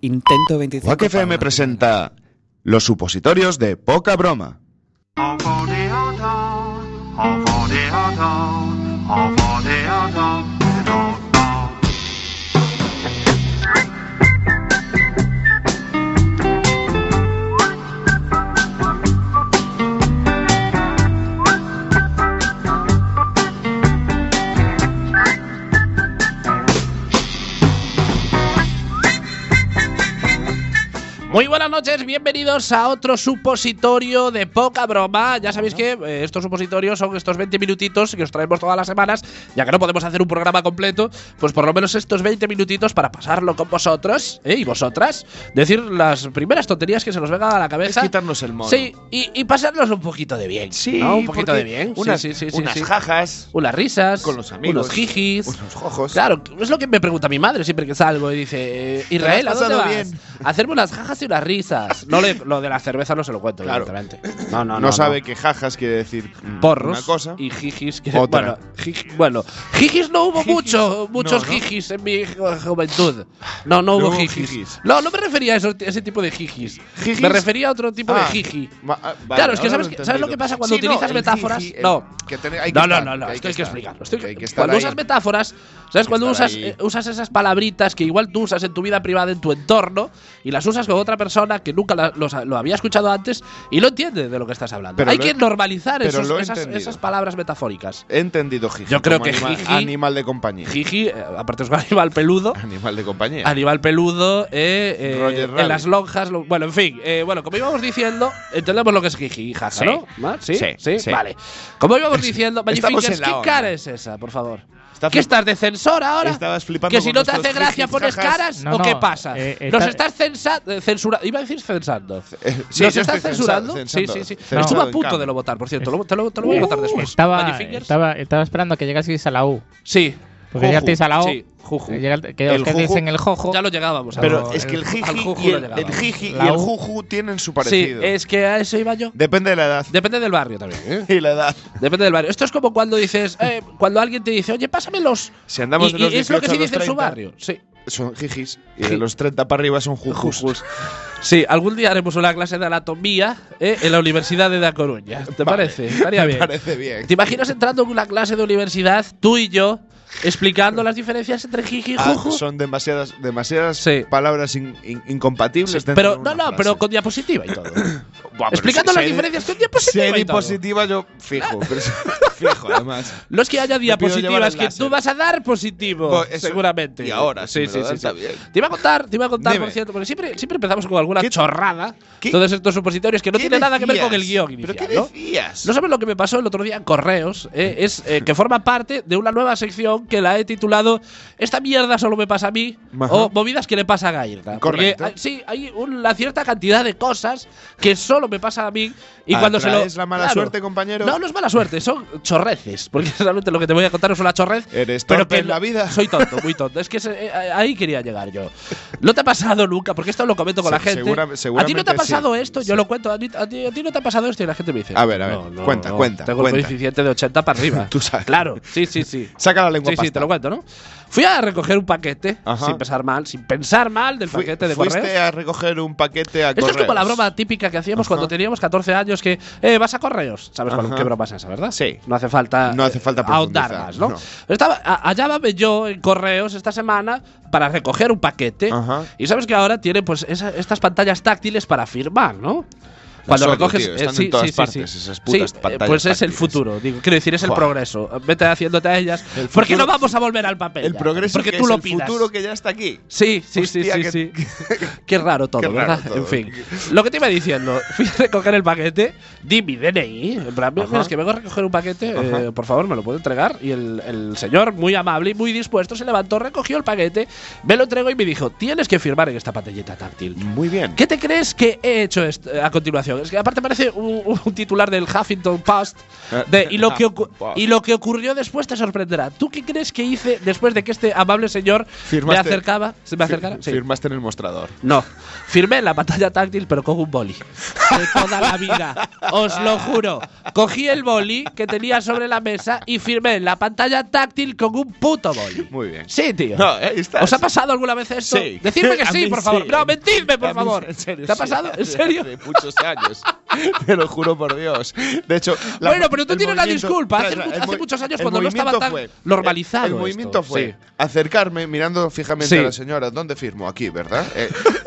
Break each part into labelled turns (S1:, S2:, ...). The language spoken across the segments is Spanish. S1: Intento 25.
S2: Quack
S1: para
S2: FM
S1: una
S2: presenta Los supositorios de poca broma.
S3: Muy buenas noches, bienvenidos a otro supositorio de poca broma. Ya sabéis que eh, estos supositorios son estos 20 minutitos que os traemos todas las semanas, ya que no podemos hacer un programa completo, pues por lo menos estos 20 minutitos para pasarlo con vosotros ¿eh? y vosotras, decir las primeras tonterías que se nos vengan a la cabeza.
S4: Es quitarnos el mono.
S3: Sí, y, y pasarnos un poquito de bien.
S4: Sí,
S3: ¿no? un poquito
S4: porque
S3: de bien. Sí,
S4: Unas,
S3: sí, sí, sí,
S4: unas
S3: sí.
S4: jajas.
S3: Unas risas.
S4: Con los amigos.
S3: Unos jijis.
S4: Unos jojos.
S3: Claro, es lo que me pregunta mi madre siempre que salgo y dice, eh, Israel,
S4: lo
S3: ¿a
S4: has
S3: dónde vas?
S4: pasado bien?
S3: Hacerme unas jajas y unas risas. No le- lo de la cerveza no se lo cuento,
S4: Claro.
S3: evidentemente.
S2: No, sabe que jajas quiere decir mm,
S3: Porros
S2: una cosa.
S3: y jijis. que-
S2: Otra.
S3: Bueno, jiji- bueno, jijis no hubo mucho, muchos
S4: no.
S3: jijis en mi ju- juventud. No, no hubo
S4: hubo
S3: jijis.
S4: jijis.
S3: No, no me refería a, eso- a ese tipo de jijis.
S4: ¿Jijis?
S3: Me refería a otro tipo de
S4: Ah,
S3: jiji.
S4: Va- ah, vale,
S3: Claro, es que
S4: ahora
S3: sabes,
S4: he
S3: que- ¿sabes lo
S4: entendido.
S3: que pasa cuando
S4: Sí, no,
S3: utilizas
S4: el
S3: metáforas.
S4: jiji, el-
S3: no.
S4: que tener- hay que
S3: No, no,
S4: estar,
S3: no, no, esto hay que
S4: estar,
S3: explicarlo. esto hay que-
S4: que hay que estar
S3: cuando
S4: ahí.
S3: usas metáforas, ¿sabes?
S4: que
S3: Cuando
S4: estar
S3: usas,
S4: ahí.
S3: eh, usas esas palabritas que igual tú usas en tu vida privada, en tu entorno, y las usas con otra persona que nunca la- los- lo había escuchado antes y no entiende de lo que estás hablando.
S2: Pero
S3: Hay
S2: lo
S3: que
S2: he-
S3: normalizar
S2: pero
S3: esos-
S2: lo he
S3: esas,
S2: entendido.
S3: esas palabras metafóricas.
S2: He entendido jiji.
S3: Yo creo
S2: como
S3: que
S2: anima-
S3: jiji-
S2: Animal de compañía.
S3: Jiji, eh, aparte es un animal peludo.
S2: Animal de compañía.
S3: Animal peludo, eh, eh,
S2: Roger
S3: en
S2: Rabbit.
S3: las lonjas. lo- bueno, en fin, eh, bueno, como íbamos diciendo, entendemos lo que es jiji, jaja,
S2: Sí.
S3: ¿no? ¿Ah, ¿Sí?
S2: Sí,
S3: ¿Sí?
S2: sí.
S3: Vale. Como íbamos diciendo,
S4: Estamos
S3: Magnificers,
S4: en la
S3: ¿qué
S4: onda.
S3: cara es esa, por favor?
S2: Está
S3: ¿Qué
S2: flip-
S3: estás de censor ahora?
S2: Estabas flipando
S3: Ah, ¿Que si
S2: con
S3: no te
S2: nuestros
S3: hace gracia
S2: jijis,
S3: pones
S2: jajas.
S3: caras
S5: No,
S3: o qué
S5: no,
S3: pasa?
S5: eh,
S3: ¿Nos
S5: está-
S3: estás censa- eh, censurando? Iba a decir censando.
S2: Eh, sí,
S3: ¿Nos
S2: yo
S3: estás
S2: estoy censa-
S3: censurando?
S2: censando.
S3: Sí, sí, sí.
S2: No.
S3: Estuve a
S2: en
S3: punto
S2: cambio.
S3: de lo votar, por cierto. Lo- te, lo, te lo voy a votar después.
S5: Estaba,
S3: Magnificers.
S5: estaba, estaba esperando que llegaseis a la U.
S3: Sí.
S5: Porque
S3: Juju.
S5: llegasteis a la O.
S3: Sí, juju.
S5: Que llega- que
S2: El
S5: os quedéis
S2: juju.
S5: en el jojo.
S3: Ya lo llegábamos. a
S2: Pero
S3: lo-
S2: es que el jiji
S3: al juju
S2: y
S3: lo
S2: el, el
S3: llegábamos.
S2: jiji y
S5: La
S2: el
S5: U.
S2: juju tienen su parecido.
S3: Sí, es que a eso iba yo.
S2: Depende de la edad.
S3: Depende del barrio también, ¿eh?
S2: y la edad.
S3: Depende del barrio. Esto es como cuando dices, eh, cuando alguien te dice, oye, pásamelos.
S2: Si andamos
S3: y,
S2: de los
S3: y es lo
S2: 18
S3: que
S2: a
S3: se
S2: los
S3: dice en su
S2: 30.
S3: barrio. Sí.
S2: Son jijis. Y
S3: Sí.
S2: de los 30 para arriba son jujus.
S3: Jujus. Sí, algún día haremos una clase de anatomía ¿eh? en la Universidad de La Coruña.
S2: Vale.
S3: ¿Te parece? Estaría
S2: Me
S3: bien.
S2: parece bien.
S3: ¿Te imaginas entrando en una clase de universidad, tú y yo, explicando las diferencias entre jiji y
S2: Ah,
S3: juju?
S2: son demasiadas, demasiadas
S3: Sí.
S2: palabras in- in- incompatibles. dentro
S3: pero,
S2: de una
S3: no, no,
S2: frase.
S3: pero con diapositiva y todo.
S2: Buah, pero
S3: explicando
S2: si-
S3: las
S2: si hay-
S3: diferencias con
S2: Si
S3: diapositiva.
S2: hay
S3: y todo.
S2: diapositiva, yo fijo. pero si- fijo, además.
S3: No es que
S2: pido
S3: haya
S2: llevar
S3: diapositivas,
S2: el
S3: que
S2: láser.
S3: tú vas a dar positivo,
S2: Pues eso-
S3: seguramente.
S2: y ahora, si me lo dan, está bien.
S3: Te iba a contar, te iba a contar,
S2: Dime.
S3: por cierto, porque siempre, siempre empezamos con alguna
S2: ¿Qué-
S3: chorrada.
S2: qué-
S3: todos estos supositorios que no
S2: ¿Qué
S3: tienen nada que ver
S2: decías?
S3: con el guión inicial,
S2: ¿Pero qué
S3: ¿no?
S2: decías?
S3: No sabes lo que me pasó el otro día en Correos, eh, es eh, que forma parte de una nueva sección que la he titulado Esta mierda solo me pasa a mí
S2: Ajá.
S3: o movidas que le pasa a Gairda. Porque
S2: Correcto.
S3: ah, sí, hay una cierta cantidad de cosas que solo me pasa a mí y
S2: Ah,
S3: cuando se lo
S2: ¿traes la mala suerte, compañero?
S3: No, no es mala suerte, son chorreces, porque realmente lo que te voy a contar es una chorrez.
S2: Eres torpe en
S3: lo-
S2: la vida.
S3: Soy tonto, muy tonto. Es que se- eh, ahí quería llegar yo. No te ha pasado nunca, porque esto lo comento con
S2: Se-
S3: la gente.
S2: segura-
S3: a ti no te
S2: seguramente
S3: ha pasado
S2: sí.
S3: esto, yo lo cuento, a ti, a ti- a ti no te ha pasado esto y la gente me dice.
S2: A ver, a ver, cuenta, cuenta,
S3: Tengo
S2: cuenta.
S3: el coeficiente de 80 para arriba.
S2: Tú sabes.
S3: Claro, sí, sí, sí.
S2: Saca la lengua
S3: Sí, sí,
S2: pasta.
S3: te lo cuento, ¿no? Fui a recoger un paquete,
S2: Ajá.
S3: sin pensar mal, sin pensar mal del
S2: Fui-
S3: paquete de
S2: Fuiste
S3: correos.
S2: a recoger un paquete a
S3: Esto es como la
S2: correos.
S3: broma típica que hacíamos
S2: Ajá.
S3: cuando teníamos 14 años que eh, vas a correos. ¿Sabes cuál-
S2: Ajá.
S3: qué broma es esa, verdad?
S2: Sí.
S3: No hace falta,
S2: No hace falta
S3: eh, ahondar
S2: profundizar,
S3: más, ¿no?
S2: no.
S3: Estaba, a- allá va yo en correos esta semana para recoger un paquete.
S2: Ajá.
S3: Y sabes que ahora tiene pues esa- estas pantallas táctiles para firmar, ¿no?
S2: Las
S3: Cuando
S2: odio,
S3: recoges.
S2: tío, están en todas partes esas putas
S3: eh,
S2: pantallas
S3: Pues es el
S2: táctiles.
S3: futuro, digo. Quiero decir, es el
S2: Buah.
S3: progreso. Vete haciéndote a ellas.
S2: El
S3: Porque
S2: futuro-
S3: no vamos a volver al papel.
S2: El
S3: ya,
S2: progreso
S3: Porque
S2: que
S3: tú
S2: es
S3: lo
S2: el
S3: pidas.
S2: futuro que ya está aquí.
S3: Sí, sí,
S2: Hostia,
S3: sí,
S2: que-
S3: sí, sí. Qué raro todo,
S2: Qué raro
S3: ¿verdad?
S2: todo.
S3: En fin. Lo que te iba diciendo, fui a recoger el paquete, di mi DNI. En plan, mira,
S2: Ajá.
S3: es que vengo a recoger un paquete,
S2: Ajá.
S3: eh, por favor, me lo puedo entregar. Y el, el señor, muy amable y muy dispuesto, se levantó, recogió el paquete, me lo entregó y me dijo: Tienes que firmar en esta pantallita táctil.
S2: Muy bien.
S3: ¿Qué te crees que he hecho est- a continuación? claro. Es que aparte parece un, un titular del Huffington Post. de, y, lo que ocu-
S2: Ah,
S3: y lo que ocurrió después te sorprenderá. ¿Tú qué crees que hice después de que este amable señor
S2: Firmaste-
S3: me acercaba? ¿Se me acercara?
S2: Fir-
S3: Sí.
S2: Firmaste en el mostrador.
S3: No, firmé la pantalla táctil, pero con un boli. De toda la vida, os lo juro. Cogí el boli que tenía sobre la mesa y firmé la pantalla táctil con un puto boli.
S2: Muy bien.
S3: Sí, tío.
S2: No, ahí está.
S3: ¿Os ha pasado alguna vez esto?
S2: ¿eh? Sí.
S3: Decidme que
S2: A
S3: sí,
S2: mí
S3: por favor.
S2: sí.
S3: No, mentidme, por
S2: A mí,
S3: favor.
S2: en serio,
S3: ¿Te ha
S2: sí,
S3: pasado? ¿En
S2: hace-
S3: serio?
S2: Hace muchos años. Te lo juro por Dios. De hecho, la-
S3: Bueno, pero tú
S2: el
S3: tienes la
S2: movimiento-
S3: disculpa.
S2: Espera,
S3: Hace
S2: espera,
S3: mu-
S2: el
S3: hace
S2: movi-
S3: muchos años
S2: el
S3: cuando no estaba
S2: movimiento
S3: tan
S2: fue-
S3: normalizado
S2: El, el
S3: esto,
S2: movimiento fue
S3: sí.
S2: acercarme mirando fijamente
S3: Sí.
S2: a la señora. ¿Dónde firmo? Aquí, ¿verdad? Eh,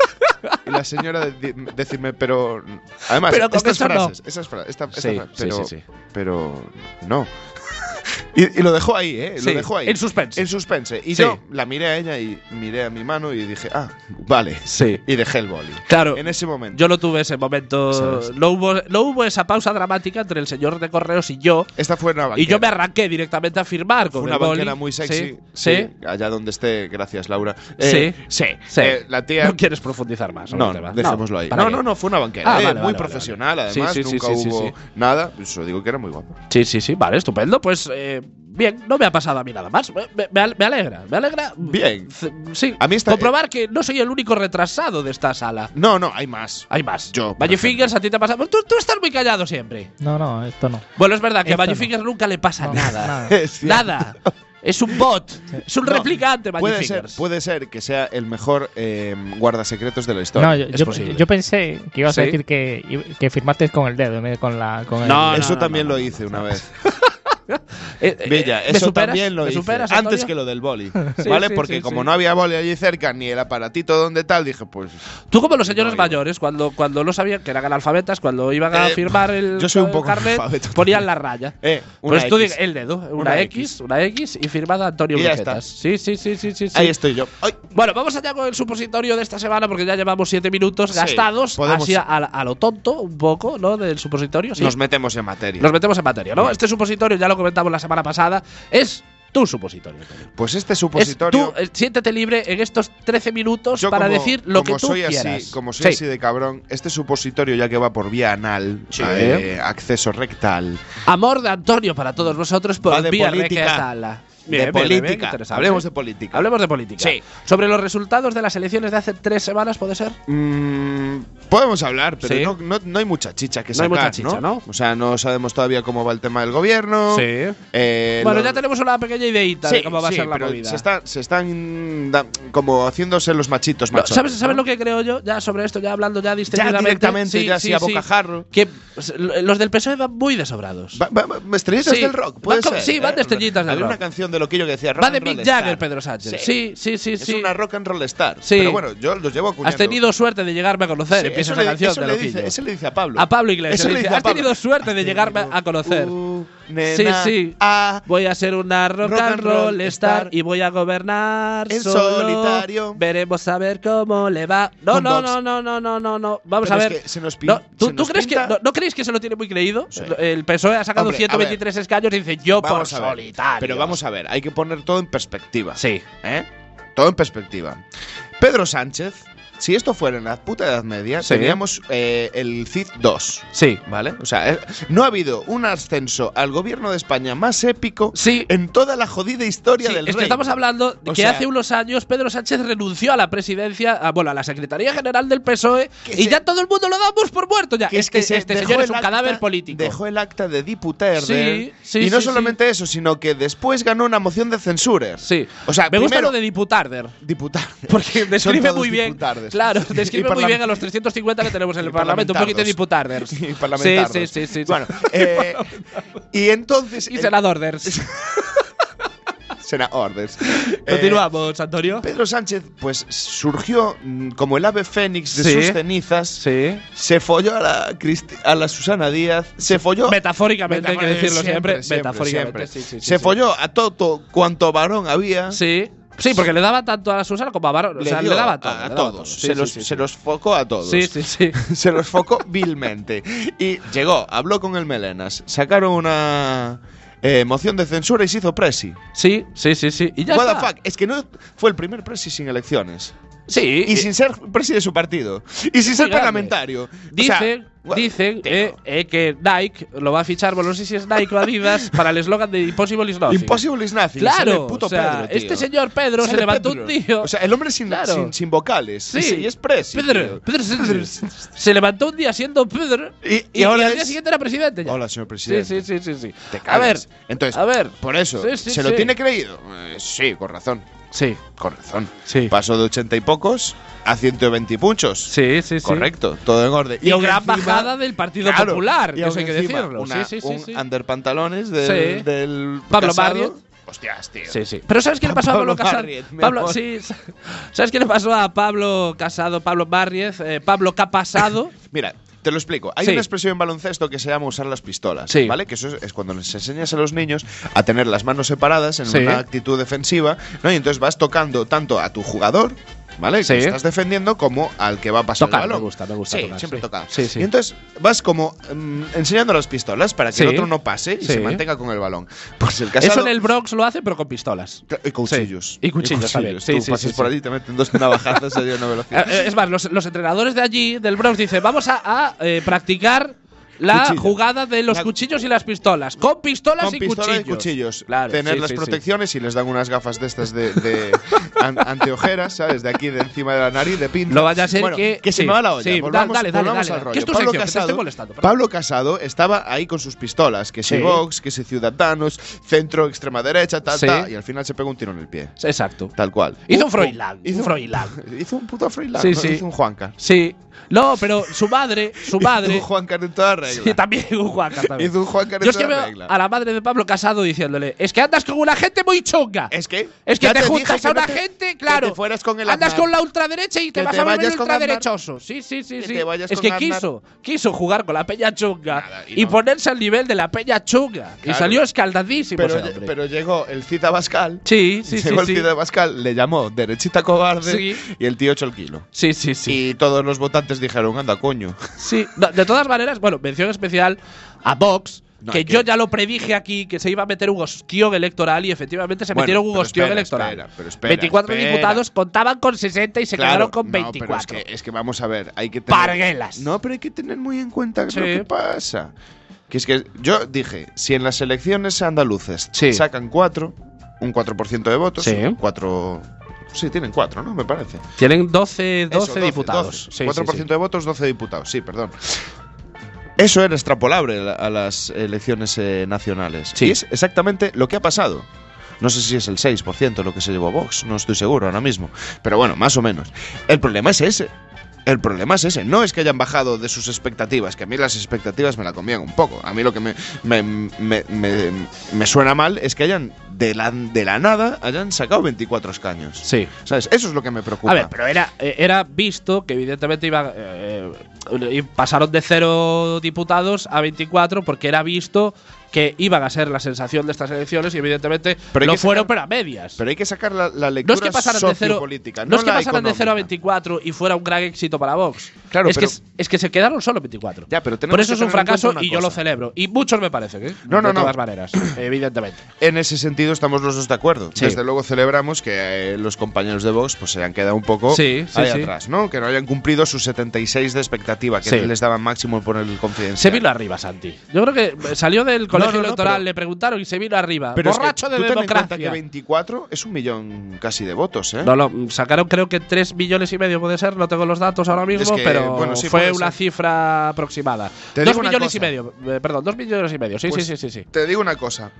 S2: y la señora de- de- decirme, pero. Además,
S3: Pero con
S2: estas
S3: esto no.
S2: frases. Esas frases. Esta, esta
S3: Sí,
S2: fra-
S3: sí,
S2: pero,
S3: sí, sí.
S2: pero. No. Y, y lo dejó ahí, ¿eh? Lo
S3: Sí,
S2: dejó ahí.
S3: en suspense.
S2: En suspense. Y
S3: Sí.
S2: yo la miré a ella y miré a mi mano y dije, ah, vale.
S3: Sí.
S2: Y dejé el boli.
S3: Claro.
S2: En ese momento.
S3: Yo no tuve ese momento.
S2: ¿Sabes?
S3: No hubo, no hubo esa pausa dramática entre el señor de correos y yo.
S2: Esta fue una
S3: Y
S2: banquera.
S3: yo me arranqué directamente a firmar
S2: Fue
S3: con
S2: una
S3: el boli.
S2: banquera muy sexy.
S3: Sí, sí.
S2: Allá donde esté, gracias, Laura.
S3: Sí.
S2: Sí.
S3: Sí.
S2: Eh, la tía.
S3: No quieres profundizar más. sobre
S2: No,
S3: el tema.
S2: dejémoslo ahí.
S3: ¿para
S2: No,
S3: qué?
S2: no, no, fue una banquera.
S3: Ah,
S2: eh,
S3: vale,
S2: muy
S3: vale,
S2: profesional,
S3: vale. Sí,
S2: además,
S3: sí, sí,
S2: nunca
S3: sí, sí,
S2: hubo
S3: sí.
S2: nada. Eso digo que era muy guapo.
S3: Sí, sí, sí. Vale, estupendo. Pues eh, bien, no me ha pasado a mí nada más. Me, me- me al- me alegra, me alegra.
S2: Bien.
S3: C- Sí.
S2: A mí está-
S3: Comprobar que no soy el único retrasado de esta sala.
S2: No, no, hay más.
S3: Hay más.
S2: Yo, por
S3: Valle Fingers, a ti te pasa. Tú, tú estás muy callado siempre.
S5: No, no, esto no.
S3: Bueno, es verdad que a
S5: Esto
S3: Valle
S5: no.
S3: Fingers nunca le pasa
S5: No,
S3: nada.
S5: nada.
S2: Es cierto.
S3: Nada. Es un bot. Es un
S2: No,
S3: replicante, Valle
S2: Puede ser,
S3: Fingers.
S2: puede ser que sea el mejor eh, guardasecretos de la historia.
S5: No, yo,
S3: es
S5: yo-
S3: posible.
S5: yo pensé que ibas a
S3: Sí.
S5: decir que, que firmaste con el dedo en vez de con la. Con el-
S3: No, no.
S2: eso también lo hice una vez.
S3: Eh, eh,
S2: Bella,
S3: ¿me
S2: eso
S3: superas?
S2: también lo
S3: ¿Me
S2: hice.
S3: superas,
S2: antes
S3: Antonio?
S2: que lo del boli.
S3: Sí,
S2: ¿Vale?
S3: sí,
S2: Porque
S3: sí,
S2: como
S3: sí.
S2: no había boli allí cerca, ni el aparatito donde tal, dije, pues.
S3: Tú como los señores
S2: No, igual.
S3: mayores, cuando, cuando no sabían que eran analfabetas, cuando iban a
S2: Eh,
S3: firmar el,
S2: yo soy un poco
S3: carnet,
S2: analfabeto
S3: ponían la raya.
S2: Eh, una
S3: Pues tú
S2: X.
S3: digas el dedo, una,
S2: Una
S3: X,
S2: X.
S3: una X y firmada Antonio
S2: Y ya
S3: Brujetas. Sí, sí, sí, sí, sí. sí.
S2: Ahí estoy yo. Ay,
S3: Bueno, vamos allá con el supositorio de esta semana porque ya llevamos siete minutos
S2: Sí,
S3: gastados
S2: podemos-
S3: así a, a lo tonto un poco, ¿no? Del supositorio. Sí.
S2: Nos metemos en materia.
S3: Nos metemos en materia, ¿no? Este supositorio, ya lo comentamos la semana pasada, es tu supositorio. Antonio.
S2: Pues este
S3: Es
S2: supositorio.
S3: tú, eh, siéntete libre en estos 13 minutos
S2: Yo
S3: para
S2: como-
S3: decir lo que
S2: como
S3: tú
S2: soy
S3: quieras.
S2: Así, como soy
S3: Sí.
S2: así de cabrón, este supositorio ya que va por vía anal,
S3: Sí.
S2: eh, acceso rectal,
S3: Amor de Antonio para todos vosotros por
S2: Va de
S3: vía
S2: política.
S3: recetala. Bien,
S2: de
S3: bien, bien,
S2: política.
S3: interesante.
S2: Hablemos de política.
S3: Hablemos de política.
S2: Sí.
S3: Sobre los resultados de las elecciones de hace tres semanas, ¿puede ser?
S2: Mm, podemos hablar, pero
S3: Sí.
S2: no, no- no hay mucha chicha que
S3: No
S2: sacar,
S3: hay mucha chicha, ¿no?
S2: O sea, no sabemos todavía cómo va el tema del gobierno. eh,
S3: bueno,
S2: lo-
S3: ya tenemos una pequeña ideita
S2: Sí,
S3: de cómo va
S2: sí,
S3: a ser la
S2: pero
S3: movida.
S2: Se, está- se están da- como haciéndose los machitos,
S3: No,
S2: macho.
S3: ¿Sabes, ¿Sabes lo que creo yo? Ya sobre esto, ya hablando ya
S2: Ya
S3: distintamente.
S2: directamente, ya así a bocajarro.
S3: Que s- los del PSOE van muy desobrados.
S2: Va- va- va- estrellitas
S3: Sí,
S2: del rock, puede
S3: van como-
S2: ser,
S3: sí, van de estrellitas del
S2: Había
S3: rock.
S2: una canción de Loquillo que decía rock
S3: Va de
S2: and roll
S3: Mick Jagger,
S2: star.
S3: Pedro Sánchez. Sí, sí, sí,
S2: Es
S3: sí.
S2: una rock and roll star.
S3: Sí.
S2: Pero bueno, yo los llevo acuñando.
S3: Has tenido suerte de llegarme a
S2: Sí,
S3: conocer. Empieza
S2: eso
S3: esa
S2: le-
S3: canción
S2: eso
S3: de
S2: le
S3: Loquillo.
S2: dice- Eso le dice a Pablo.
S3: A Pablo Iglesias.
S2: Eso
S3: le dice, has
S2: Pablo.
S3: tenido suerte de llegarme a conocer.
S2: Uh, nena,
S3: sí, sí.
S2: ah,
S3: Voy a ser una rock,
S2: Rock
S3: and
S2: and
S3: roll
S2: roll
S3: star
S2: star.
S3: y voy a gobernar
S2: En
S3: solo.
S2: solitario.
S3: Veremos a ver cómo le va. No,
S2: Con
S3: no,
S2: Vox.
S3: no, no, no, no, no, no. Vamos
S2: Pero
S3: a
S2: es
S3: ver.
S2: que se nos pin-
S3: No, ¿tú,
S2: se
S3: tú
S2: nos
S3: crees que
S2: pinta-
S3: no, no creéis que se lo tiene muy creído?
S2: Sí.
S3: El PSOE E ha sacado
S2: Hombre, a
S3: 123 escaños y dice yo por
S2: vamos a ver.
S3: solitario.
S2: Pero vamos a ver, hay que poner todo en perspectiva.
S3: Sí.
S2: ¿eh? Todo en perspectiva. Pedro Sánchez, si esto fuera en la puta Edad Media,
S3: Sí.
S2: teníamos eh, el CID 2.
S3: Sí.
S2: ¿Vale? O sea, eh, no ha habido un ascenso al gobierno de España más épico
S3: Sí.
S2: en toda la jodida historia
S3: Sí,
S2: del
S3: es que
S2: rey.
S3: estamos hablando de
S2: O
S3: que
S2: sea-
S3: hace unos años Pedro Sánchez renunció a la presidencia, a- bueno, a la Secretaría General del PSOE
S2: Que
S3: E y
S2: se-
S3: ya todo el mundo lo damos por muerto ya.
S2: que
S3: Este,
S2: se
S3: este
S2: dejó
S3: señor es
S2: el
S3: un
S2: acta-
S3: cadáver político.
S2: Dejó el acta de diputado.
S3: Sí, sí,
S2: y no
S3: sí,
S2: solamente eso, sino que después ganó una moción de censura.
S3: Sí.
S2: O sea,
S3: me gusta
S2: primero-
S3: lo de diputarder.
S2: Diputar.
S3: Porque describe
S2: todos
S3: muy bien.
S2: diputardes.
S3: Claro,
S2: Y
S3: describe muy
S2: parlamen-
S3: bien a los 350 que tenemos en el
S2: Y
S3: Parlamento. Un poquito de diputarders.
S2: Y parlamentardos.
S3: Sí, sí, sí. sí.
S2: Bueno, eh, y entonces.
S3: y
S2: eh,
S3: senadorders.
S2: Sena orders. Eh,
S3: Continuamos, Antonio.
S2: Pedro Sánchez, pues surgió mm, como el ave fénix de
S3: Sí.
S2: sus cenizas.
S3: Sí.
S2: Se folló a la, Cristi- a la Susana Díaz. Se folló.
S3: Metafóricamente, hay que decirlo siempre.
S2: siempre, siempre.
S3: metafóricamente. Sí, sí, sí,
S2: se
S3: sí.
S2: folló a todo cuanto varón había.
S3: Sí. Sí, porque le daba tanto a Susana como a Barón. O sea,
S2: dio
S3: le daba todo,
S2: a,
S3: le daba
S2: todos.
S3: todo. Sí,
S2: se,
S3: sí,
S2: los,
S3: sí,
S2: se
S3: sí.
S2: los focó a todos.
S3: Sí, sí, sí.
S2: Se los focó vilmente. Y llegó, habló con el Melenas. Sacaron una eh, moción de censura y se hizo presi.
S3: Sí, sí, sí, sí. Y ya
S2: What the
S3: está.
S2: fuck? Es que no fue el primer presi sin elecciones.
S3: Sí.
S2: Y sin ser presi de su partido. Y sin ser
S3: grande.
S2: parlamentario. O sea,
S3: Dicen
S2: What?
S3: Dicen eh, eh, que Nike lo va a fichar, bueno, no sé si es Nike o Adidas, para el eslogan de Impossible is Nothing.
S2: Impossible is nothing. sale el
S3: Claro,
S2: puto
S3: o sea,
S2: Pedro, tío.
S3: este señor Pedro se
S2: Sale
S3: levantó
S2: Pedro.
S3: un tío.
S2: O sea, el hombre sin,
S3: Claro.
S2: sin, sin vocales. Sí.
S3: Sí.
S2: Y es presi.
S3: Pedro,
S2: tío.
S3: Pedro Sánchez. se levantó un día siendo Pedro
S2: Y- y
S3: y,
S2: ahora
S3: al
S2: es-
S3: día siguiente era presidente. ya.
S2: Hola, señor presidente.
S3: sí, sí, sí, sí, sí.
S2: Te
S3: a ver,
S2: cagas. Entonces,
S3: a ver.
S2: por eso,
S3: Sí, sí,
S2: ¿se lo
S3: sí.
S2: tiene creído? Eh, sí, con razón.
S3: Sí,
S2: Con razón.
S3: sí.
S2: Pasó de 80 y pocos a 120 y punchos.
S3: Sí, sí, sí.
S2: Correcto, todo en orden.
S3: Y,
S2: aún
S3: gran
S2: encima-
S3: bajada del Partido
S2: Claro,
S3: Popular,
S2: y
S3: eso
S2: aún
S3: hay que
S2: encima,
S3: decirlo.
S2: una-
S3: sí, sí, sí,
S2: un
S3: sí.
S2: underpantalones del,
S3: Sí.
S2: del
S3: Pablo
S2: Casado.
S3: Barrio.
S2: Hostias, tío.
S3: Sí, sí. Pero ¿sabes qué le pasó a
S2: Pablo
S3: Pablo Casado?
S2: Barriet, mi
S3: Pablo,
S2: amor.
S3: sí, ¿Sabes qué le pasó a Pablo Casado, Pablo Barriez, eh, Pablo Capasado?
S2: Mira, te lo explico. Hay
S3: Sí.
S2: una expresión en baloncesto que se llama usar las pistolas,
S3: Sí.
S2: ¿vale? Que eso es, es cuando les enseñas a los niños a tener las manos separadas en
S3: Sí.
S2: una actitud defensiva, ¿no? Y entonces vas tocando tanto a tu jugador, ¿vale? Que
S3: Sí.
S2: estás defendiendo como al que va a pasar
S3: Tocar,
S2: el
S3: me
S2: balón.
S3: gusta, me gusta
S2: Sí,
S3: tocar,
S2: siempre
S3: sí.
S2: tocar.
S3: Sí, sí.
S2: Y entonces vas como mm, enseñando las pistolas para que el
S3: Sí.
S2: otro no pase y
S3: Sí.
S2: se mantenga con el balón. Pues el casado
S3: Eso en el Bronx lo hace, pero con pistolas.
S2: Cla- Y eh, cuchillos.
S3: Sí, y cuchillos también. Sí,
S2: Tú
S3: sí,
S2: pasas
S3: sí,
S2: por
S3: sí.
S2: allí y te meten dos navajazos allí a una
S3: Eh,
S2: velocidad.
S3: eh, Es más, los, los entrenadores de allí, del Bronx, dicen, vamos a, a, eh, practicar la
S2: Cuchillo.
S3: jugada de los
S2: La-
S3: cuchillos y las pistolas. Con pistolas
S2: Con
S3: y
S2: pistola
S3: cuchillos.
S2: y cuchillos.
S3: Claro,
S2: Tener
S3: sí,
S2: las
S3: sí, sí.
S2: protecciones y les dan unas gafas de estas de, de an- anteojeras, ¿sabes? De aquí, de encima de la nariz, de pinta.
S3: No vaya a ser
S2: Bueno,
S3: que-
S2: se
S3: sí,
S2: me va la olla.
S3: sí,
S2: volvamos,
S3: dale, dale,
S2: volvamos
S3: dale,
S2: al
S3: dale.
S2: rollo.
S3: Que es tu
S2: Pablo,
S3: sección, que te
S2: Casado,
S3: estoy molestando, perdón.
S2: Pablo Casado estaba ahí con sus pistolas, que si
S3: Sí.
S2: Vox, que si Ciudadanos, centro, extrema derecha, tal,
S3: Sí.
S2: tal. Y al final se pegó un tiro en el pie.
S3: Exacto.
S2: Tal cual.
S3: Hizo
S2: Pum,
S3: un
S2: pum.
S3: Froilán.
S2: Hizo
S3: Un Froilán.
S2: Hizo un puto Froilán.
S3: Sí,
S2: ¿no?
S3: sí.
S2: Hizo un Juanca.
S3: Sí. No, pero su madre, su
S2: Hizo un
S3: madre.
S2: Juanca de toda regla.
S3: Sí, también un Juanca también.
S2: Hizo un Juanca de
S3: Yo es que
S2: toda
S3: veo
S2: regla.
S3: a la madre de Pablo Casado diciéndole, es que andas con una gente muy chunga.
S2: Es que.
S3: Es que
S2: ya
S3: te,
S2: dije
S3: juntas
S2: que
S3: a
S2: no
S3: una
S2: te-
S3: gente, claro.
S2: Que te fueras con el
S3: Andas
S2: Aznar.
S3: con la ultraderecha y te
S2: Que
S3: vas
S2: te
S3: a volver
S2: vayas con
S3: ultraderechoso. Sí, sí, sí,
S2: Que
S3: sí.
S2: te vayas
S3: Es
S2: con
S3: que
S2: Aznar.
S3: quiso, quiso jugar con la peña chunga
S2: Nada, y
S3: y,
S2: no.
S3: ponerse al nivel de la peña chunga. Y
S2: Claro.
S3: salió escaldadísimo
S2: Pero,
S3: ese hombre.
S2: pero llegó el Cita Bascal.
S3: sí, sí, sí,
S2: llegó el
S3: sí.
S2: Cita Bascal, le llamó derechita cobarde
S3: Sí.
S2: y el tío echó el kilo.
S3: Sí, sí, sí.
S2: Y todos los votantes dijeron, anda, coño.
S3: Sí, no, de todas maneras, bueno, mención especial a Vox,
S2: No,
S3: que
S2: es que-
S3: yo ya lo predije aquí, que se iba a meter un hostión electoral y efectivamente se
S2: Bueno,
S3: metieron un
S2: pero
S3: hostión
S2: espera,
S3: electoral.
S2: espera, pero espera,
S3: 24
S2: espera.
S3: diputados contaban con 60 y se quedaron con
S2: no, pero
S3: 24.
S2: es, que, es que vamos a ver, hay que tener.
S3: Parguelas.
S2: No, pero hay que tener muy en cuenta
S3: Sí.
S2: lo que pasa. Que es que yo dije, si en las elecciones andaluces
S3: Sí.
S2: sacan cuatro, un 4% de votos,
S3: Sí.
S2: cuatro. Sí, tienen cuatro, ¿no? Me parece.
S3: Tienen 12, 12,
S2: Eso,
S3: diputados.
S2: 12.
S3: Sí, sí,
S2: 4%
S3: sí.
S2: de votos, 12 diputados, sí, perdón. Eso era extrapolable a la- a las elecciones eh, nacionales.
S3: Sí.
S2: Y es exactamente lo que ha pasado. No sé si es el 6% lo que se llevó Vox, no estoy seguro ahora mismo. Pero bueno, más o menos. El problema es ese. El problema es ese. No es que hayan bajado de sus expectativas, que a mí las expectativas me la comían un poco. A mí lo que me, me, me- me- me suena mal es que hayan, de la, de la nada, hayan sacado 24 escaños.
S3: Sí.
S2: ¿Sabes? Eso es lo que me preocupa.
S3: A ver, pero era, eh, era visto que evidentemente iban, eh, eh, pasaron de cero diputados a 24 porque era visto que iban a ser la sensación de estas elecciones y evidentemente
S2: Pero hay
S3: lo
S2: que
S3: fueron
S2: sacar-
S3: pero a medias.
S2: Pero hay que sacar la, la
S3: no
S2: lectura
S3: es que pasaran de cero,
S2: sociopolítica,
S3: no, es que
S2: la
S3: pasaran de
S2: económica.
S3: 0 a 24 y fuera un gran éxito para Vox.
S2: Claro,
S3: es,
S2: pero-
S3: que, es- es que se quedaron solo 24.
S2: Ya, pero tenemos
S3: Por eso
S2: que
S3: es un
S2: tener en cuenta
S3: fracaso
S2: una
S3: y yo lo
S2: cosa.
S3: celebro. Y muchos me parecen, ¿eh?
S2: No, no,
S3: de
S2: no.
S3: todas maneras, evidentemente.
S2: En ese sentido estamos los dos de acuerdo.
S3: Sí.
S2: Desde luego celebramos que eh, los compañeros de Vox pues, se han quedado un poco
S3: Sí, sí,
S2: ahí
S3: sí.
S2: atrás, ¿no? Que no hayan cumplido sus 76 de expectativa, que
S3: Sí.
S2: les daban máximo por el
S3: Se
S2: confidencial.
S3: vino arriba, Santi. Yo creo que eh, salió del colegio
S2: no, no,
S3: electoral,
S2: pero-
S3: le preguntaron y se vino arriba.
S2: Pero es que
S3: Borracho
S2: tú
S3: de
S2: ten en cuenta que
S3: democracia.
S2: 24 es un millón casi de votos, ¿eh?
S3: No, no, sacaron creo que 3 millones y medio, puede ser, no tengo los datos ahora mismo,
S2: Es que,
S3: pero
S2: bueno, sí,
S3: fue
S2: puede
S3: una
S2: ser.
S3: cifra aproximada.
S2: Te
S3: 2
S2: digo una
S3: millones
S2: cosa.
S3: y medio, eh, perdón, 2 millones y medio, sí,
S2: Pues-
S3: sí, sí, sí. sí.
S2: Te digo una cosa.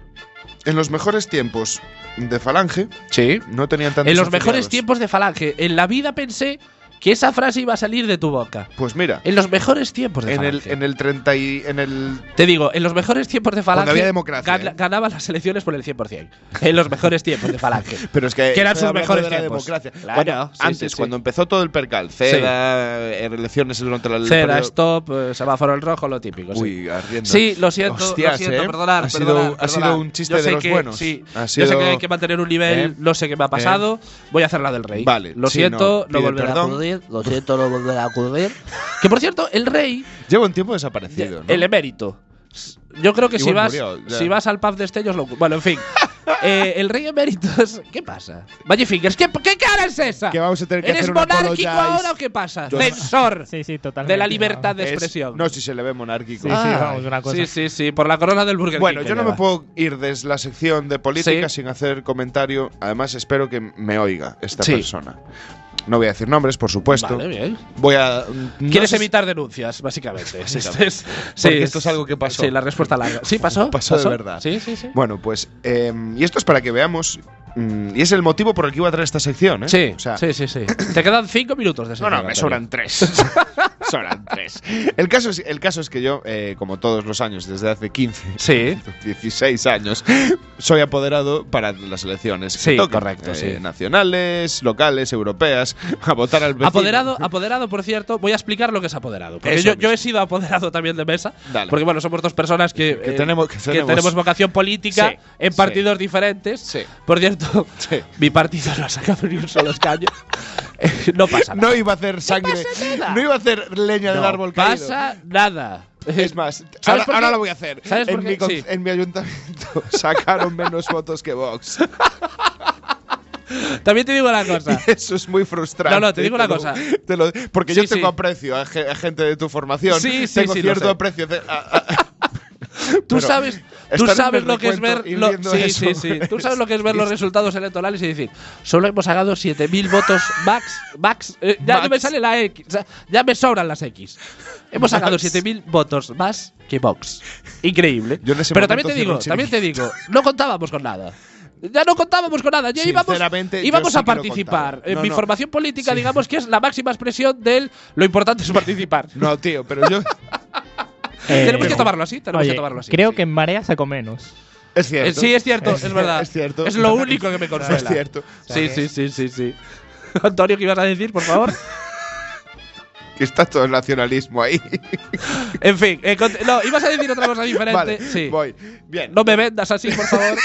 S2: En los mejores tiempos de Falange
S3: Sí.
S2: no tenían tantos
S3: En los
S2: afiliados.
S3: mejores tiempos de Falange, en la vida pensé que esa frase iba a salir de tu boca.
S2: Pues mira,
S3: En los mejores tiempos de
S2: en el,
S3: Falange.
S2: en el 30 y en el
S3: Te digo, en los mejores tiempos de Falange
S2: había democracia,
S3: gan-
S2: ¿eh?
S3: ganaba las elecciones por el 100%. En los mejores tiempos de Falange.
S2: Pero es que,
S3: Que eran
S2: estoy
S3: sus
S2: hablando
S3: mejores
S2: de la
S3: tiempos.
S2: democracia.
S3: Claro,
S2: Cuando-
S3: sí,
S2: antes,
S3: sí, sí.
S2: cuando empezó todo el percal, CEDA, eh, elecciones durante la
S3: Cera,
S2: periodo-
S3: stop, eh, semáforo en rojo, lo típico. sí.
S2: Uy, ardiendo.
S3: Sí, lo siento,
S2: Hostias,
S3: lo siento,
S2: ¿eh?
S3: perdonar,
S2: Ha sido,
S3: perdonar,
S2: ha sido
S3: perdonar.
S2: un chiste
S3: Yo
S2: de
S3: sé
S2: los
S3: que-
S2: buenos.
S3: sí,
S2: Ha
S3: Yo sé
S2: sido-
S3: que hay que mantener un nivel,
S2: Eh,
S3: no sé qué me ha pasado, voy a hacer la del rey.
S2: Vale,
S3: Lo
S2: sí, no,
S3: siento, no,
S2: pide
S3: volverá
S2: perdón.
S3: a ocurrir, lo siento, no volverá a ocurrir. que por cierto, el rey,
S2: Lleva un tiempo
S3: em-
S2: desaparecido, ¿no?
S3: el emérito. Yo creo que si
S2: Igual
S3: vas,
S2: murió, ya.
S3: si vas al pub de Estellos, lo- bueno, en fin. Eh, el rey emeritus. ¿Qué pasa? Valle Fingers, ¿qué, qué cara es esa?
S6: Que vamos a tener que
S3: ¿Eres
S6: hacer una apologize.
S3: monárquico ahora o qué pasa?
S2: Yo-
S3: Censor
S5: Sí, sí, totalmente.
S3: de la libertad de
S2: Es-
S3: expresión.
S2: no, si se le ve monárquico.
S5: Sí, sí,
S3: Ah,
S5: vamos, una cosa.
S3: sí, sí, sí, por la corona del Burger
S2: Bueno,
S3: King
S2: yo
S3: que
S2: no me
S3: lleva.
S2: puedo ir desde la sección de política
S3: Sí.
S2: sin hacer comentario. Además, espero que me oiga esta
S3: Sí.
S2: persona. No voy a decir nombres, por supuesto.
S3: Vale, bien.
S2: Voy a. mm, no
S3: Quieres
S2: sé si-
S3: evitar denuncias, básicamente. Sí,
S2: Básicamente.
S3: es- sí,
S2: Porque esto es algo que pasó.
S3: Sí, la respuesta larga. Sí, pasó.
S2: Pasó de verdad.
S3: Sí, sí, sí.
S2: Bueno, pues. eh, y esto es para que veamos. mm, y es el motivo por el que iba a traer esta sección, ¿eh?
S3: Sí,
S2: O sea,
S3: sí, sí, sí. Te quedan cinco minutos de ese
S2: No, no,
S3: programa,
S2: me
S3: Antonio.
S2: sobran tres. sobran tres. El caso es, el caso es que yo, eh, como todos los años, desde hace 15,
S3: Sí.
S2: 16 años, soy apoderado para las elecciones. que
S3: Sí,
S2: tocan,
S3: correcto,
S2: eh,
S3: sí.
S2: Nacionales, locales, europeas, a votar al vecino.
S3: Apoderado, apoderado, por cierto, voy a explicar lo que es apoderado. Porque
S2: Eso
S3: yo, yo
S2: mismo.
S3: he sido apoderado también de mesa.
S2: Dale.
S3: Porque, bueno, somos dos personas que,
S2: Que tenemos- que tenemos-
S3: vocación política
S2: Sí,
S3: en
S2: sí.
S3: partidos diferentes.
S2: Sí.
S3: Por cierto,
S2: Sí.
S3: mi partido no ha sacado ni un solo escaño. Eh, no pasa nada.
S2: No iba a hacer sangre.
S3: pasa nada.
S2: No iba a hacer leña del
S3: No
S2: árbol caído.
S3: pasa nada.
S2: Es más,
S3: ¿Sabes
S2: ahora,
S3: por qué?
S2: ahora lo voy a hacer.
S3: ¿Sabes
S2: en,
S3: por qué?
S2: Mi con-
S3: Sí.
S2: en mi ayuntamiento sacaron menos votos que Vox.
S3: También te digo una cosa.
S2: Eso es muy frustrante.
S3: No, no, te digo una
S2: lo-
S3: cosa.
S2: te lo- porque
S3: Sí,
S2: yo tengo
S3: sí.
S2: aprecio a, ge- a gente de tu formación.
S3: Sí, sí,
S2: tengo
S3: sí, lo sé.
S2: cierto aprecio. de- a- a-
S3: Tú
S2: Pero
S3: sabes, tú
S2: estar en
S3: sabes
S2: el
S3: lo que es ver
S2: recuento y
S3: lo-
S2: viendo
S3: sí,
S2: eso
S3: sí, sí. Tú sabes lo que es ver los
S2: es-
S3: resultados electorales y decir, solo hemos sacado 7000 votos max, max, eh, ya no
S2: Max.
S3: me sale la X, o sea, ya me sobran las X. Hemos sacado
S2: Max.
S3: 7000 votos más que Vox. Increíble.
S2: Yo en ese
S3: Pero
S2: momento
S3: también te
S2: cierro
S3: digo,
S2: el
S3: también te digo, no contábamos con nada. Ya no contábamos con nada, ya íbamos,
S2: Sinceramente, yo
S3: íbamos
S2: sí
S3: a
S2: que lo
S3: participar.
S2: contaba.
S3: Eh,
S2: No,
S3: Mi
S2: no.
S3: formación política, digamos que es la máxima expresión del lo importante es participar.
S2: no, tío, pero yo.
S5: Eh,
S3: tenemos que tomarlo así, tenemos
S5: oye,
S3: que tomarlo así.
S5: Creo que en marea saco menos.
S2: Es
S3: Eh,
S2: cierto.
S3: Sí, es cierto, es verdad.
S2: es cierto.
S3: Es lo único que me consuela.
S2: Es cierto.
S3: Sí, sí, sí, sí, sí. Antonio, ¿qué ibas a decir, por favor?
S2: Que está todo el nacionalismo ahí.
S3: En fin, eh, cont- no, ibas a decir otra cosa diferente.
S2: vale,
S3: sí.
S2: voy. Bien.
S3: No me vendas así, por favor.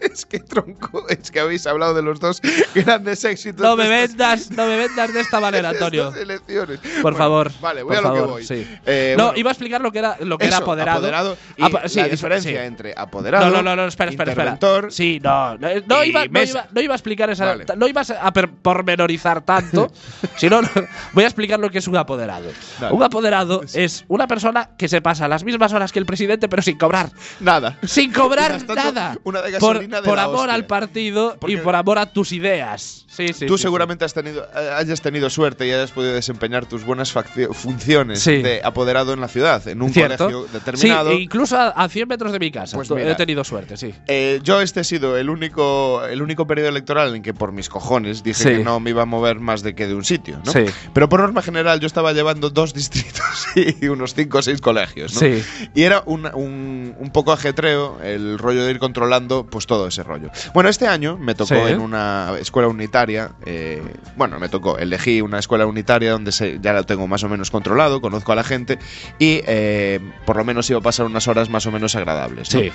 S2: Es que tronco, es que habéis hablado de los dos grandes éxitos.
S3: No me
S2: de estas-
S3: vendas, no me vendas de esta manera,
S2: de
S3: Antonio.
S2: estas elecciones.
S3: Por
S2: Bueno,
S3: favor.
S2: Vale, voy
S3: por
S2: a lo que
S3: favor,
S2: voy.
S3: sí.
S2: Eh,
S3: no,
S2: bueno,
S3: iba a explicar lo que era, lo que era
S2: eso,
S3: apoderado.
S2: y
S3: Apa- sí,
S2: la
S3: eso,
S2: diferencia
S3: sí.
S2: entre
S3: No,
S2: apoderado,
S3: no, no, no, espera, espera, espera.
S2: interventor
S3: Sí, no, no, no
S2: y
S3: iba, no,
S2: mesa.
S3: iba, no iba a explicar esa.
S2: Vale.
S3: No ibas a per- pormenorizar tanto, sino no, voy a explicar lo que es un apoderado.
S2: Dale.
S3: Un apoderado es una persona que se pasa las mismas horas que el presidente, pero sin cobrar.
S2: nada.
S3: Sin cobrar
S2: Una estatua-
S3: nada.
S2: una de
S3: por
S2: gasolina de
S3: por
S2: la
S3: amor
S2: hostia.
S3: al partido y
S2: Porque-
S3: por amor a tus ideas. Sí, sí.
S2: Tú
S3: sí,
S2: seguramente has tenido, eh, hayas tenido suerte y hayas podido desempeñar tus buenas faccio- funciones
S3: Sí.
S2: de apoderado en la ciudad, en
S3: sí.
S2: un
S3: ¿Cierto?
S2: colegio determinado.
S3: Sí, incluso a, a 100 metros de mi casa.
S2: Pues
S3: Tú- He
S2: mira.
S3: tenido suerte, sí.
S2: Eh, yo este ha sido el único, el único periodo electoral en que por mis cojones dije
S3: Sí.
S2: que no me iba a mover más de que de un sitio, ¿no?
S3: Sí.
S2: Pero por norma general yo estaba llevando dos distritos y unos cinco o seis colegios, ¿no?
S3: Sí.
S2: Y era un, un- un poco ajetreo el rollo de ir controlando pues todo ese rollo. Bueno, este año me tocó
S3: Sí.
S2: en una escuela unitaria, eh, bueno, me tocó, elegí una escuela unitaria donde se- ya lo tengo más o menos controlado, conozco a la gente y eh, por lo menos iba a pasar unas horas más o menos agradables. ¿no?
S3: Sí.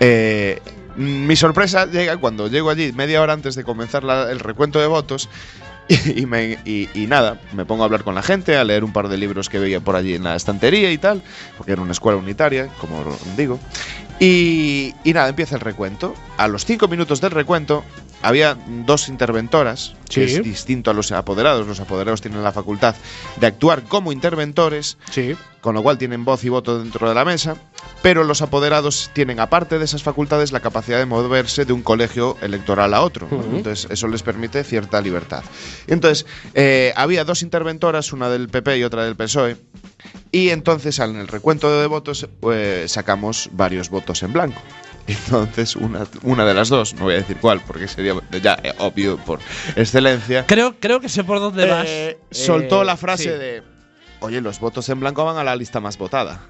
S2: Eh, mi sorpresa llega cuando llego allí media hora antes de comenzar la- el recuento de votos. Y, y me- y- y nada, me pongo a hablar con la gente, a leer un par de libros que veía por allí en la estantería y tal, porque era una escuela unitaria, como digo. Y, y nada, empieza el recuento. A los cinco minutos del recuento había dos interventoras, que
S5: Sí.
S2: es distinto a los apoderados. Los apoderados tienen la facultad de actuar como interventores
S5: Sí.
S2: con lo cual tienen voz y voto dentro de la mesa, pero los apoderados tienen, aparte de esas facultades, la capacidad de moverse de un colegio electoral a otro. ¿no? Entonces, eso les permite cierta libertad. Entonces, eh, había dos interventoras, una del PP y otra del PSOE, E, y entonces en el recuento de votos eh, sacamos varios votos en blanco. Entonces, una, una de las dos, no voy a decir cuál, porque sería ya eh, obvio por excelencia,
S3: Creo, creo que sé por dónde vas.
S2: eh, soltó
S3: Eh,
S2: la frase
S3: sí.
S2: de, oye, los votos en blanco van a la lista más votada.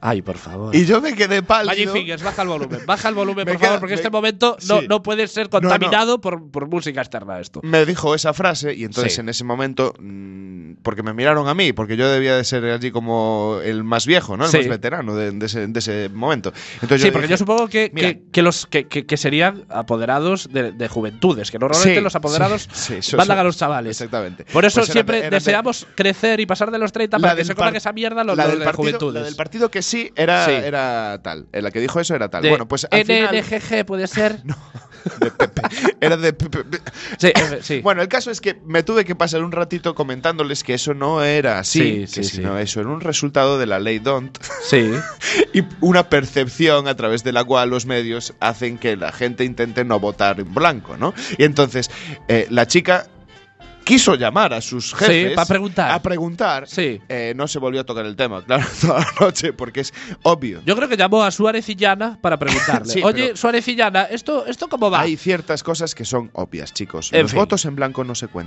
S3: Ay, por favor.
S2: Y yo me quedé
S3: Magic
S2: pálido.
S3: Fingers, baja el volumen, baja el volumen,
S2: Me
S3: por
S2: queda-
S3: favor, porque
S2: me-
S3: este momento no,
S2: sí. Mm,
S3: no puede ser contaminado Por, por música externa esto.
S2: Me dijo esa frase y entonces
S3: Sí.
S2: en ese momento, mm, porque me miraron a mí, porque yo debía de ser allí como el más viejo, ¿no? El
S3: Sí.
S2: más veterano de, de ese, de ese momento. Entonces
S3: sí,
S2: pues yo
S3: porque
S2: dije,
S3: yo supongo que,
S2: mira.
S3: que, que los, que, que- que serían apoderados de, de juventudes, que normalmente
S2: Sí,
S3: los apoderados
S2: sí, eso,
S3: mandan
S2: eso.
S3: a los chavales.
S2: Exactamente.
S3: Por eso
S2: Pues era-
S3: siempre
S2: era de-
S3: deseamos crecer y pasar de los 30 para que
S2: del
S3: se coman
S2: par-
S3: esa mierda los,
S2: la
S3: los
S2: del
S3: de
S2: partido-
S3: juventudes.
S2: La del partido que Nancy era,
S3: Sí.
S2: era tal. La que dijo eso era tal.
S3: De
S2: bueno, pues al final
S3: NNGG puede ser.
S2: de Pepe. Era de Pepe.
S3: Sí, F, sí.
S2: Bueno, el caso es que me tuve que pasar un ratito comentándoles que eso no era así,
S3: Sí,
S2: que
S3: sí, sí.
S2: sino eso era un resultado de la ley Don't
S3: sí.
S2: y una percepción a través de la cual los medios hacen que la gente intente no votar en blanco, ¿no? Y entonces eh, la chica quiso llamar a sus jefes
S3: pa' preguntar.
S2: a preguntar.
S3: Sí.
S2: Eh, no se volvió a tocar el tema, claro, toda la noche, porque es obvio.
S3: Yo creo que llamó a Suárez y Llana para preguntarle.
S2: Sí,
S3: Oye,
S2: pero-
S3: Suárez y Llana, ¿esto, ¿esto cómo va?
S2: Hay ciertas cosas que son obvias, chicos.
S3: En
S2: los
S3: fin.
S2: votos en blanco no se cuentan.